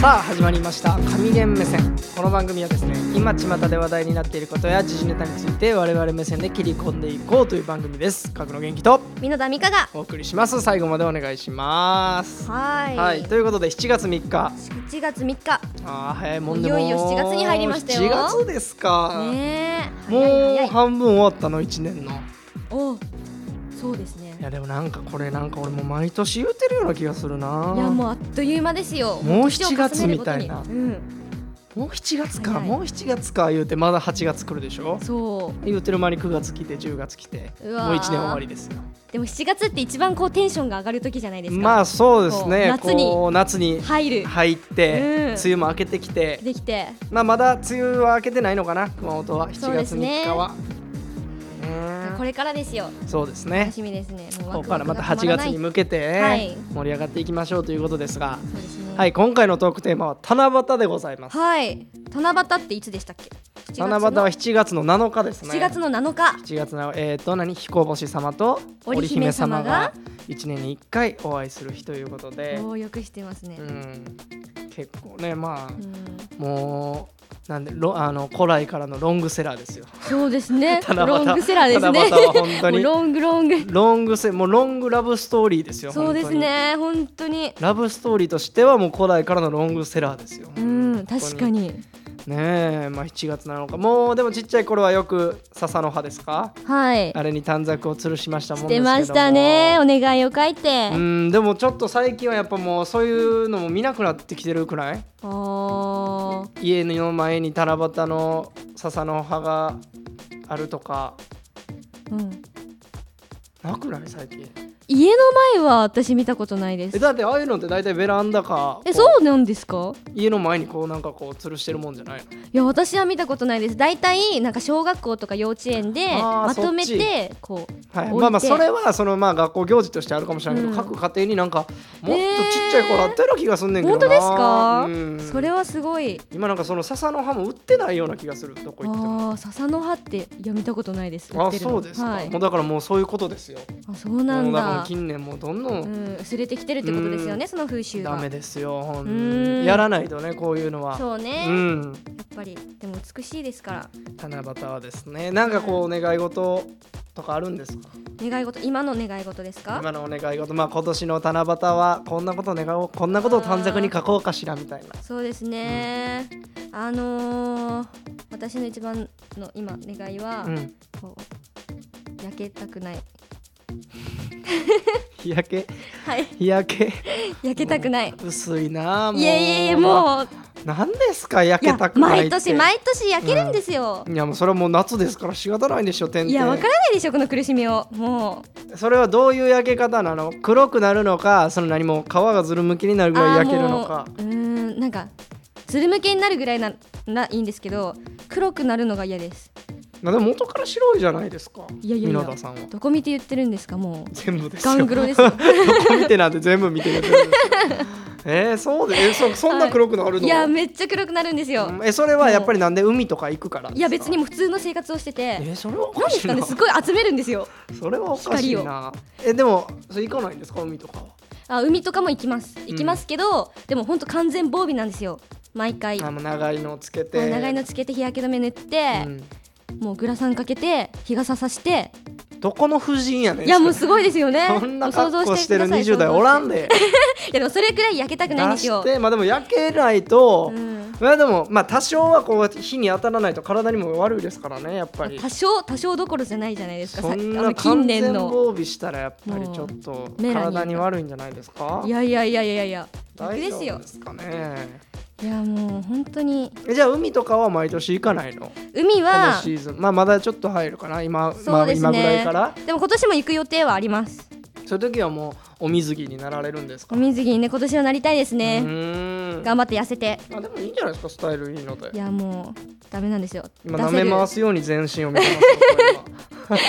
さあ始まりました「神年目線」この番組はですね今巷で話題になっていることや時事ネタについて我々目線で切り込んでいこうという番組です角野元気と美濃田美香がお送りします最後までお願いしますはーいはいということで7月3日7月3日あー早いもんでいもよいよ7月に入りましたよ7月ですか、ねえも早い早うい半分終わったの1年のおうそうですねいやでもなんかこれなんか俺も毎年言うてるような気がするないやもうあっという間ですよもう年を重ねるご7とに月みたいなうんもう7月か、早いもう7月か言うてまだ8月来るでしょそ言うてる間に9月来て10月来てもううわ1ー年終わりですようでも7月って一番こうテンションが上がる時じゃないですかまあそうですねこう夏にこう夏に入る入って、うん梅雨も明けてきて、できてまあ、まだ梅雨は明けてないのかな熊本はそ7うで月す3ね日はこれからですようんそうですね楽しみですねもうこワこクかワらクまたが止8まら月ないに向けはいて盛り上がっていきましょうということですが、そうですねはい今回のトークテーマは七夕でございますはい七夕っていつでしたっけ7月の七夕は7月の7日ですね7月の7日7月のえっ、と何彦星様と織姫様が1年に1回お会いする日ということで、おーよくしてますねうん、結構ねまあ、うんもうなんでロあの古来からのロングセラーですよ。そうですね七夕ロングセラーですね。七夕は本当に もうロングロング。ロングセもうロングラブストーリーですよそうです本ね。本当に。当にラブストーリーとしてはもう古来からのロングセラーですよ、うん、確かに。ねえまあ7月なのかもうでもちっちゃい頃はよく笹の葉ですかはい。あれに短冊を吊るしましたもんですしてけどもましたね。お願いを書いてう。んでもちょっと最近はやっぱもうそういうのも見なくなってきてるくらいあー家の前に七夕の笹の葉があるとかうん。なくない最近家の前は私見たことないでえす。だってああいうのって大体ベランダかえ、こうそうなんですか。家の前にこうなんかこう吊るしてるもんじゃないのいや、私は見たことないです。大体、なんか小学校とか幼稚園で、あーまとめて、こう。はい、置いてまあまあそれはそのまあ学校行事としてあるかもしれないけど、うん各家庭になんかもっとちっえーちゃい頃あったような気がすんねんけどな本当ですかうん。それはすごい。今なんかその笹の葉も売ってないような気がするどこ行ってもああ、笹の葉って、いや、見たことないです。売あってるのそうですか、はいもうだからもうそういうことですよあ、そうなんもうもだう。近年もうどんどんうん、薄れてきてるってことですよね、その風習がダメですよ、ほんうーんやらないとねこういうのはそうね、うやんっぱりでも美しいですから七夕はですねなんかこう願い事とかあるんですか願い事今の願い事ですか今のお願い事まあ今年の七夕はこんなこと願おうこんなことを短冊に書こうかしらみたいなそうですね、あのー、私の一番の今願いは、うんこう焼けたくない日焼けはい日焼 け焼けたくない薄いなあもういやいやいやもう何ですか焼いけやたくないっ毎て年毎年焼けるんですよ、いやもうそれはもう夏ですから仕方ないでしょ点々いやわからないでしょこの苦しみをもうそれはどういう焼け方なの黒くなるのかその何も皮がずるむきになるぐらい焼けるのあかーもううーんなんかズル向けになるぐらいなないいんですけど黒くなるのが嫌ですなでも元から白いじゃないですかいやいやい稲や田さんはどこ見て言ってるんですかもう全部ですよガングロです よどこ見てなんて全部見てるえー、そうでえそそんな黒くなるの、いやめっちゃ黒くなるんですよ、うんえそれはやっぱりなんで海とか行くからですかいや別にもう普通の生活をしててえそれはおなかんでしすいかなねすごい集めるんですよそれはおかしいなえでもそれ行かないんですか海とかはあ海とかも行きます行きますけど、でも本当完全防備なんですよ毎回あのも長いのをつけてう長いのつけて日焼け止め塗って、もうグラサンかけて日傘さしてうんどこの婦人やねんいやもうそすごいですよねれそんなもう想格像好してる20代想像おしてらんでいやでもそれくらい焼けたく出ないんですよしてまあでも焼けないと、うんまあでもまあ多少はこう火に当たらないと体にも悪いですからねやっぱり多少多少どころじゃないじゃないですかそさんあなの近完年全の防備したらやっぱりちょっとうメラニン体に悪いんじゃないですかいやいやいやいやいや逆大丈です夫よですかねいやもう本当にえじゃあ海とかは毎年行かないのこ海のはシーズンまあまだちょっと入るかな今、まそうあ、です今ぐらいねからでも今年も行く予定はありますそういう時はもうお水着になられるんですかお水着にね今年はなりたいですうねーん頑張って痩せてあでもいいんじゃないですかスタイルいいのでいやもうダメなんですよ出今舐め回せすように全身を見てますよこれはる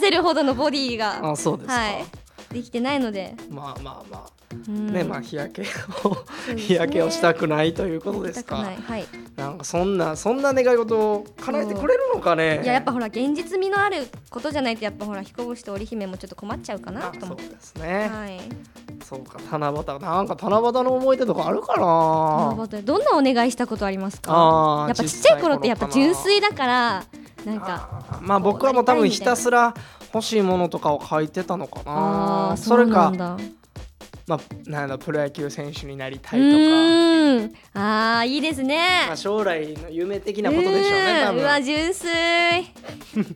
出せるほどのボディが あそうですか、はいできてないので、まあまあまうんあね、まあ日焼けをそうですね日焼けをしたくないということですしたかくないはいなんかそんなそんな願い事を叶えてくれるのかねいややっぱほら現実味のあることじゃないとやっぱほら彦星と織姫もちょっと困っちゃうかなあとそ思うってですね、はいそうか七夕なんか七夕の思い出とかあるかな七夕どんなお願いしたことありますかあーやっぱちっちゃい頃ってやっぱ小純さい粋だからなん頃かかなあーまあ僕はもう多分ひたすら欲しいものとかを書いてたのかあなあーそうれなかんだまあなんだプロ野球選手になりたういとか、ーんああいいですねまあ、将来の夢的なことでしょうねーん多うわ分純 粋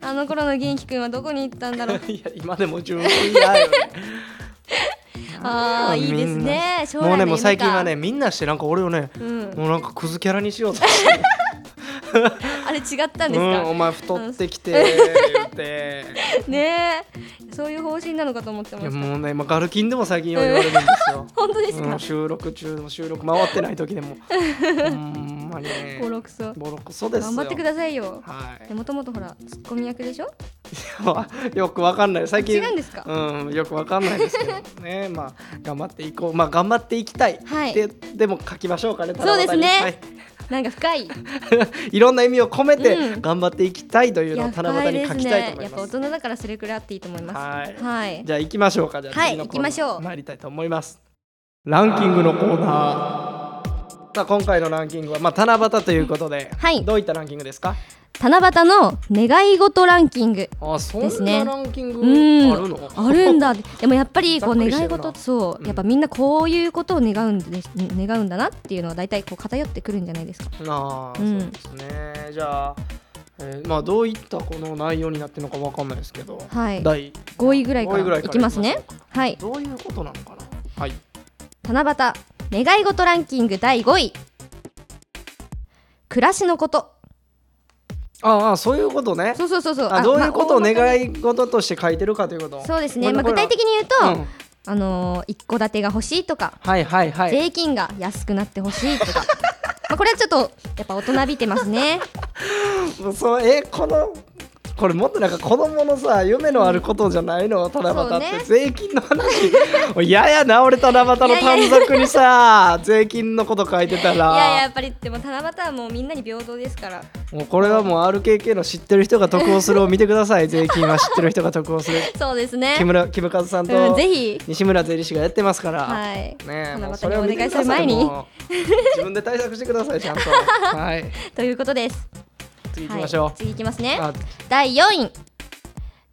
あの頃の元気くんはどこに行ったんだろう いや今でも純粋だ よねああいいですね将来の夢かもうねもう最近はねみんなしてなんか俺をねうんもうなんかクズキャラにしようとしてるあれ違ったんでうすん、かお前太ってきて言って ねえそういう方針なのかと思ってまいやした。もうね、まあ、ガルキンでも最近よう言われるんですよ本当ですうかん、収録中の収録回ってない時で もほんまにねボロクソボロクソですよ頑張ってくださいよはもともとほらツッコミ役でしょいよくわかんない最近違うんですかうんよくわかんないですけど ねまあ頑張っていこうまあ頑張っていきたい、はいででも書きましょうかねそうですね七夕になんか深いはいいろんな意味を込めうてん頑張っていきたいというのをや七深夕いにで書すきたいとね思いやっぱま大す人だからそれくらいあっていいと思いますはいはいじゃあ行きましょうかじゃあはい次のコーナー、行きましょう参りたいと思いますランキングのコーナーさあ今回のランキングはまあ七夕ということで、はいどういったランキングですか七夕の願い事ランキングあそですんなねランキングうあるの、ーんある んだでもやっぱりこうざっくりして願いるな事そううんやっぱみんなこういうことを願うんです願うんだなっていうのは大体こう偏ってくるんじゃないですかああ、うんそうですねじゃあ、えーまあどういったこの内容になってるのかわかんないですけど、はい第5位ぐらいか五位ぐらいきまいすきねましょうかはいどういうことなのかなはい七夕願い事ランキング第5位暮らしのことあーあーそういうことねそうそうそうそうあどういうことをまあ願い事として書いてるかということそうですね、こまあ、れこ具れ体的に言うと、うんあのー一戸建てが欲しいとか、はいはいはい税金が安くなって欲しいとか まあこれはちょっとやっぱ大人びてま すねもうそうえこのこれもっとなんか子供のさ夢のあることじゃないの七そう夕っねて税金の話 もうややな俺七夕の短冊にさ税金のこと書いてたいらやいややっぱりでも七夕はもうみんなに平等ですからもうこれはもう RKK の知ってる人が得をするを見てください税金は知ってる人が得をする そうですね木村木ムカズさんうとん、ぜひ西村税理士がやってますから、はいねえもう七そ夕にれをお見願てくいすださるい前にもう自分で対策してください ちゃんとはいということです次行きましょうはい、、次いきますねあ第4位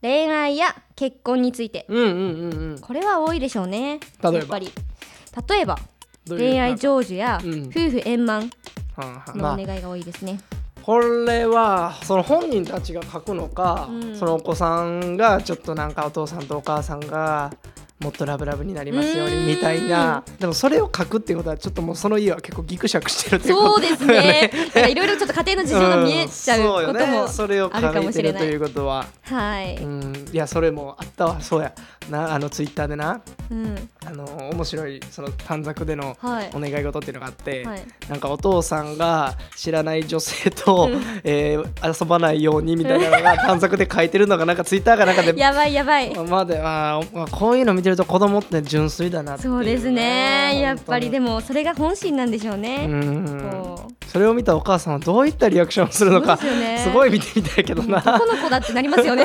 恋愛や結婚についてうんうんうんうんこれは多いでしょうね例えばやっぱり例えばどういう恋愛成就やうん夫婦円満なんかはんはんまのあお願いが多いですね、これはその本人たちが書くのか、うんそのお子さんがちょっとなんかお父さんとお母さんがもっとラブラブになりますよううーにんみたいなでもそれを書くっていうことはちょっともうその家は結構ギクシャクしてるっていうことそうで すねなんかいろいろちょっと家庭の事情が見えちゃうことんも、そよね、それあをるか書もいてしれるなといいうことは、はい、うん、いやそれもあったわそうやなあのツイッターでなうん、あの面白いその短冊でのはいお願い事っていうのがあって、はいなんかお父さんが知らない女性と、 えー遊ばないようにみたいなのが短冊で書いてるのがなんかツイッターがなんかでやばいやばいまあであーまあこういうの見てると子供って純粋だなっていそうですねやっぱりでももそれが本心なんでしょううね、んこそれを見たお母さんはどういったリアクションをするのかそうですよね すごい見てみたいけどうな男の子だってなりますよね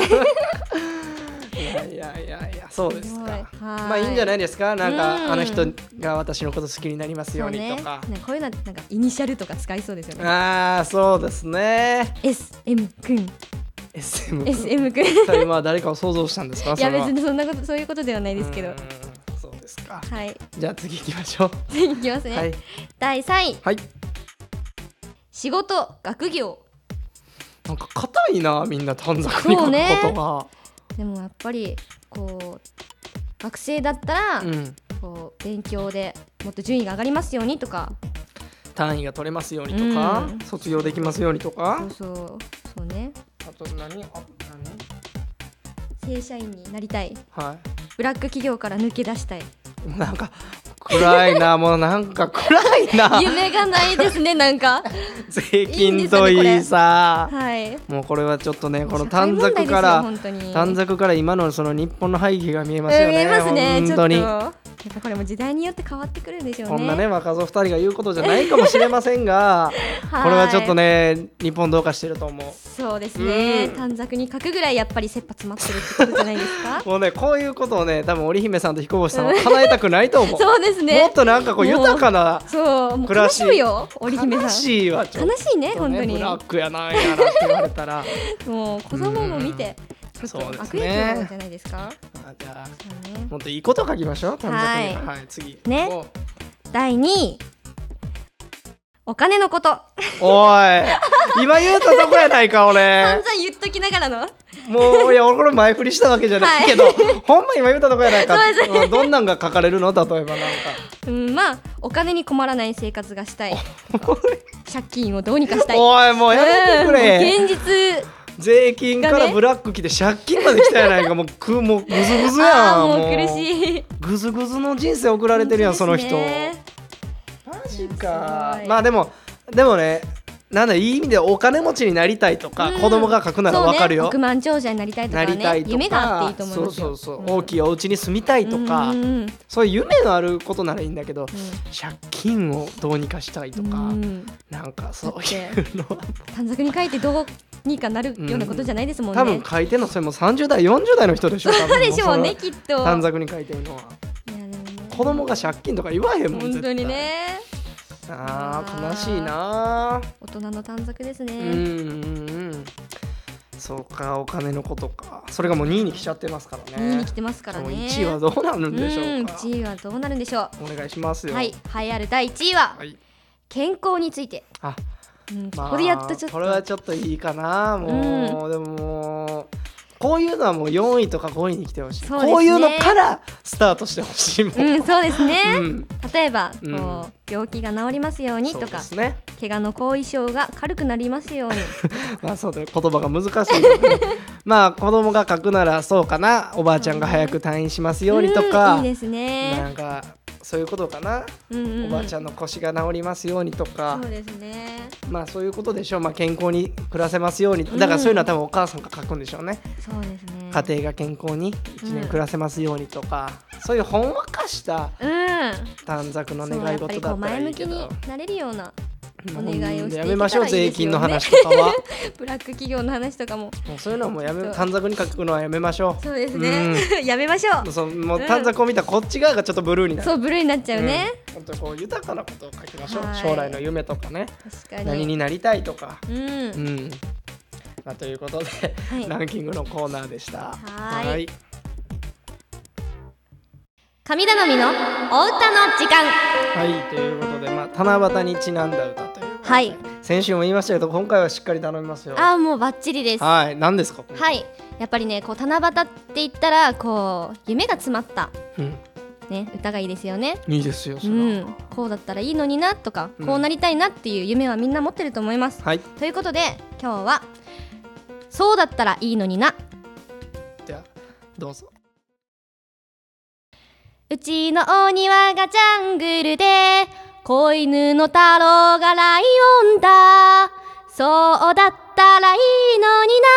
いやいやいやいやそうですすかごいはいまあいいんじゃないですかなんか、うんあの人が私のこと好きになりますようにとか、そうね、なんかこういうのはなんかイニシャルとか使いそうですよねああそうですね SM くん SM 君 SM くんいさあ今は誰かを想像したんですかそやれは別にそんなことそういうことではないですけどうーんそうですかはいじゃあ次行きましょう次いきますね、はい第3位はい仕事学業なんか硬いなみんな短冊に書くことがでもやっぱりこう学生だったら、うんこう勉強でもっと順位が上がりますようにとか単位が取れますようにとか、うん卒業できますようにとそかうそうそうねあと何あ正社員になりたい何はブラック企業から抜け出したいいなんか暗いなもうなんか暗いな夢がないですねなんか税金といいさはいもうこれはちょっとね この社会短問題冊ですよから本当に短冊から今のその日本の背景が見えますよね見えますねち本当ょっとにやっぱこれも時代によって変わってくるんでしょうねこんなね若造2人が言うことじゃないかもしれませんがこれはちょっとね日本どうかしてると思うそうですねうん短冊に書くぐらいやっぱり切羽詰まってるってことじゃないです かもうねこういうことをね多分織姫さんと彦星さんは叶えたくないと思う そうですねもっとなんかこうもう豊かなそうもう暮ら悲ししむよ織姫さん悲しいわちょっと悲しいね本当にブラックやなんやなって言われたら もう子供も見てうんちょっとそうで悪す影ね響なんじゃないですかあじゃあそうねもっといいこと書きましょう短冊にはいはい次ねお第2位お金のことおい今言うたとこやないか散俺 々言っときながらのもういや俺これ前振りしたわけじゃないけど、ほんま今言うたとこやないかそう ですうんどんなんが書かれるの例えばなんかうんまあお金に困らない生活 がしたい借金をどうにかしたいおいもうやめてくれ、うんもう現実税金かがらねブラック来て借金まで来たやないかもう くもうグズグズやあんあもう苦いしいグズグズの人生送られてるやんその人本当ですねマジいやかすごいまあでもでもねなんだいい意味でお金持ちになりたいとか、うん子供が書くならわかるよ、そうね、億万長者になりたいとかなはねりたいとか夢があっていいと思いますそうよそうそう、大きいお家に住みたいとか、うんうんそういう夢のあることならいいんだけど、借金をどうにかしたいとうんか、うんなんかそういうのは 短冊に書いてどうにかなるようなことじゃないですもんね、多分書いてんのそれも30代40代の人でしょそうそうでしょうねきっと短冊に書いてるのはいやでもね子供が借金とか言わへんもん本絶当対にねあー悲しいな大人の短冊ですね、うんうんうんそうかお金のことかそれがもう2位に来ちゃってますから見ねに来てますからもねう1位はどうなるんでしょううんか1位はどうなるんでしょお願いしますうよはい栄えある第1位ははい健康について、あうんまあこれやっとちょっとこれはちょっといいかなもう、でももうこういうのはもう4位とか5位に来てほしい、そうですねこういうのからスタートしてほしいもん、うんそうですね、うん例えば、うんこう病気が治りますようにとそうでかすね怪我の後遺症が軽くなりますようにまあそうだよ言葉が難しいけどねまあ子供が書くならそうかなおばあちゃんが早く退院しますようにとか、うんいいですね、なんかそういうことかな、うんうんうおばあちゃんの腰が治りますようにとかそうですねまあそういうことでしょう、まあ、健康に暮らせますようにだからそういうのは多分お母さんが書くんでしょうね、そうですね家庭が健康に1うん年暮らせますようにとか、そういうほんわかしたうん短冊のそう願やいっぱ事りだこうったら前い向いきけにどなれるようなお願いをしていけたらいいですよねやめましょう税金の話とか はブラック企業の話とかももうそういうのはもうやめそう短冊に書くのはやめましょうそうですね、 やめましょうんうそうもう短冊を見たこっち側がちょっとブルーになるそうブルーになっちゃうね、うん本当にこう豊かなことを書きましょう、はい将来の夢とかね確かに何になりたいとかうん、うん、まあ、ということで、はいランキングのコーナーでしたはーい神頼みのお歌の時間はいということで、まあ、七夕にちなんだ歌ということではい先週も言いましたけど今回はしっかり頼みますよあーもうバッチリですははい何ですか、いやっぱりねこう七夕って言ったらこう夢が詰まったうん、ね歌がいいですよねいいですようそれは、んこうだったらいいのになとか、うんこうなりたいなっていう夢はみんな持ってると思いますはいということで今日はそうだったらいいのになじゃあどうぞうちのお庭がジャングルで、子犬の太郎がライオンだ。そうだったらいいのにな。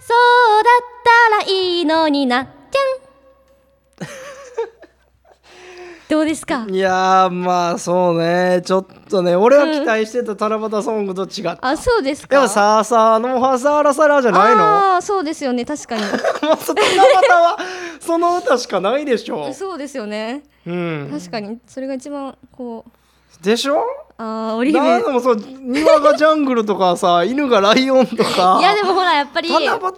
そうだったらいいのにな。じゃん。どうですかいやーまあそうねちょっとね俺は期待してた七夕ソングと違って、あ、そうですか。でもさあさあのはさあらさらじゃないの ああ、そうですよね。確かに。もうそ七夕はその歌しかないでしょ。そうですよね。うん、確かに。それが一番、こう、でしょああ、織姫。なんでもそう庭がジャングルとかさ犬がライオンとかいや、でもほら、やっぱり。七夕関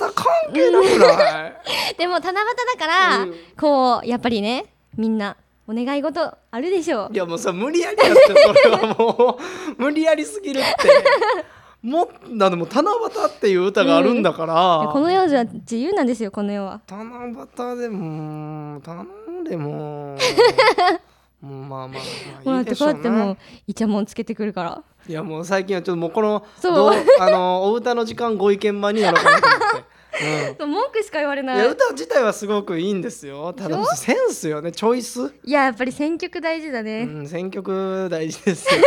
係なく ないでも七夕だから、うんこうやっぱりねみんなお願い事あるでしょういやもうさ無理やりやってそれはもう無理やりすぎるって。 もだってもう七夕っていう歌があるんだから、この世は自由なんですよこの世は七夕でも頼んで ももうまあまあもまあらいっいでてしこうょうやってもねう。イチャモンつけてくるからいやもう最近はちょっともうこのそうどうあのお歌の時間ご意見番になろうかなと思ってうん文句しか言われないいや歌自体はすごくいいんですよただセンスよねチョイス、いややっぱり選曲大事だうね、ん、選曲大事です よ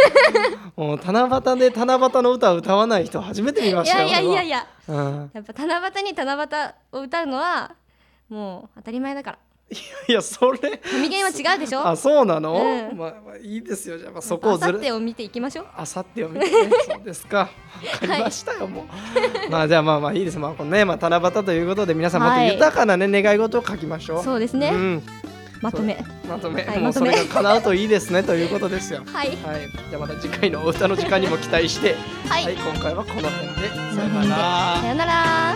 もう七夕で七夕の歌を歌わない人初めて見まいしたやよいやいやいや、やうん、やっぱ七夕に七夕を歌うのはもう当たり前 だからいやそれ神ゲンは違うでしょあそうなの、うんまあ、まあいいですよじゃあ、まあ、そこを明ず後る日を見ていきましょうあさってを見て ねそうですかわかりましたよ、もうまあじゃあまあまあいいですまあこのねまあ七夕ということで皆さんもっとはい豊かなね、願い事を書きましょう そうですうねん、まとめまとめ、はいもうまとそれめが叶うといいですねということですよはいはいじゃあまた次回のお歌の時間にも期待してははい、い、今回はこの辺でさよこの辺なでらさよなら